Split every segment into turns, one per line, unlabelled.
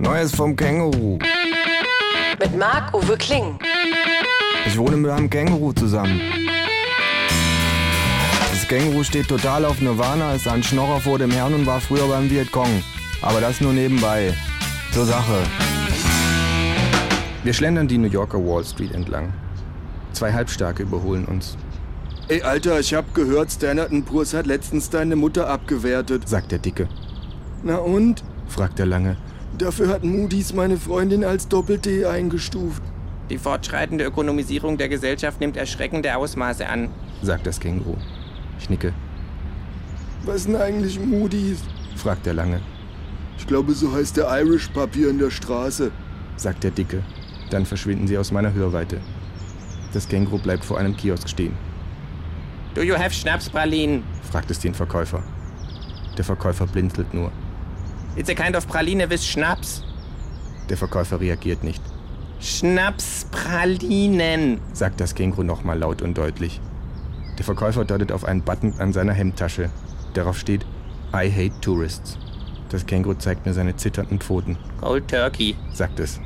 Neues vom Känguru.
Mit Marc-Uwe Kling.
Ich wohne mit einem Känguru zusammen. Das Känguru steht total auf Nirvana, ist ein Schnorrer vor dem Herrn und war früher beim Vietcong. Aber das nur nebenbei. Zur Sache. Wir schlendern die New Yorker Wall Street entlang. Zwei Halbstarke überholen uns.
Ey, Alter, ich hab gehört, Standard Poor's hat letztens deine Mutter abgewertet,
sagt der Dicke.
Na und?
fragt der Lange.
Dafür hat Moody's meine Freundin als Doppel-D eingestuft.
Die fortschreitende Ökonomisierung der Gesellschaft nimmt erschreckende Ausmaße an,
sagt das Känguru. Ich nicke.
Was denn eigentlich Moody's?
fragt der Lange.
Ich glaube, so heißt der Irish Pub hier in der Straße,
sagt der Dicke. Dann verschwinden sie aus meiner Hörweite. Das Känguru bleibt vor einem Kiosk stehen.
Do you have Schnapspralinen?
fragt es den Verkäufer. Der Verkäufer blinzelt nur.
It's a kind of Praline with Schnaps.
Der Verkäufer reagiert nicht.
Schnapspralinen,
sagt das Känguru nochmal laut und deutlich. Der Verkäufer deutet auf einen Button an seiner Hemdtasche. Darauf steht I hate tourists. Das Känguru zeigt mir seine zitternden Pfoten.
Cold Turkey.
sagt es.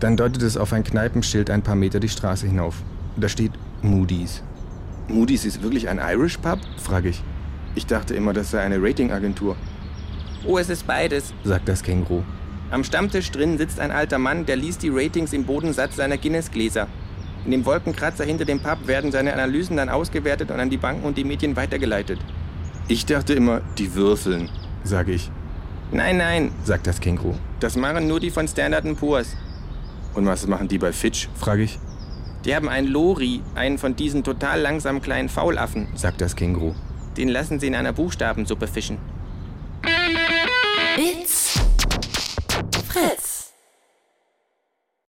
Dann deutet es auf ein Kneipenschild ein paar Meter die Straße hinauf. Da steht Moody's. Moody's ist wirklich ein Irish Pub? frage ich. Ich dachte immer, das sei eine Ratingagentur,
Oh, es ist beides.
sagt das Känguru.
Am Stammtisch drin sitzt ein alter Mann, der liest die Ratings im Bodensatz seiner Guinness-Gläser. In dem Wolkenkratzer hinter dem Pub werden seine Analysen dann ausgewertet und an die Banken und die Medien weitergeleitet.
Ich dachte immer, die würfeln, sage ich,
Nein, nein,
sagt das Känguru.
das machen nur die von Standard Poor's.
Und was machen die bei Fitch? frage ich,
Die haben einen Lori, einen von diesen total langsamen kleinen Faulaffen.
sagt das Känguru.
Den lassen sie in einer Buchstabensuppe fischen.
It's Fritz.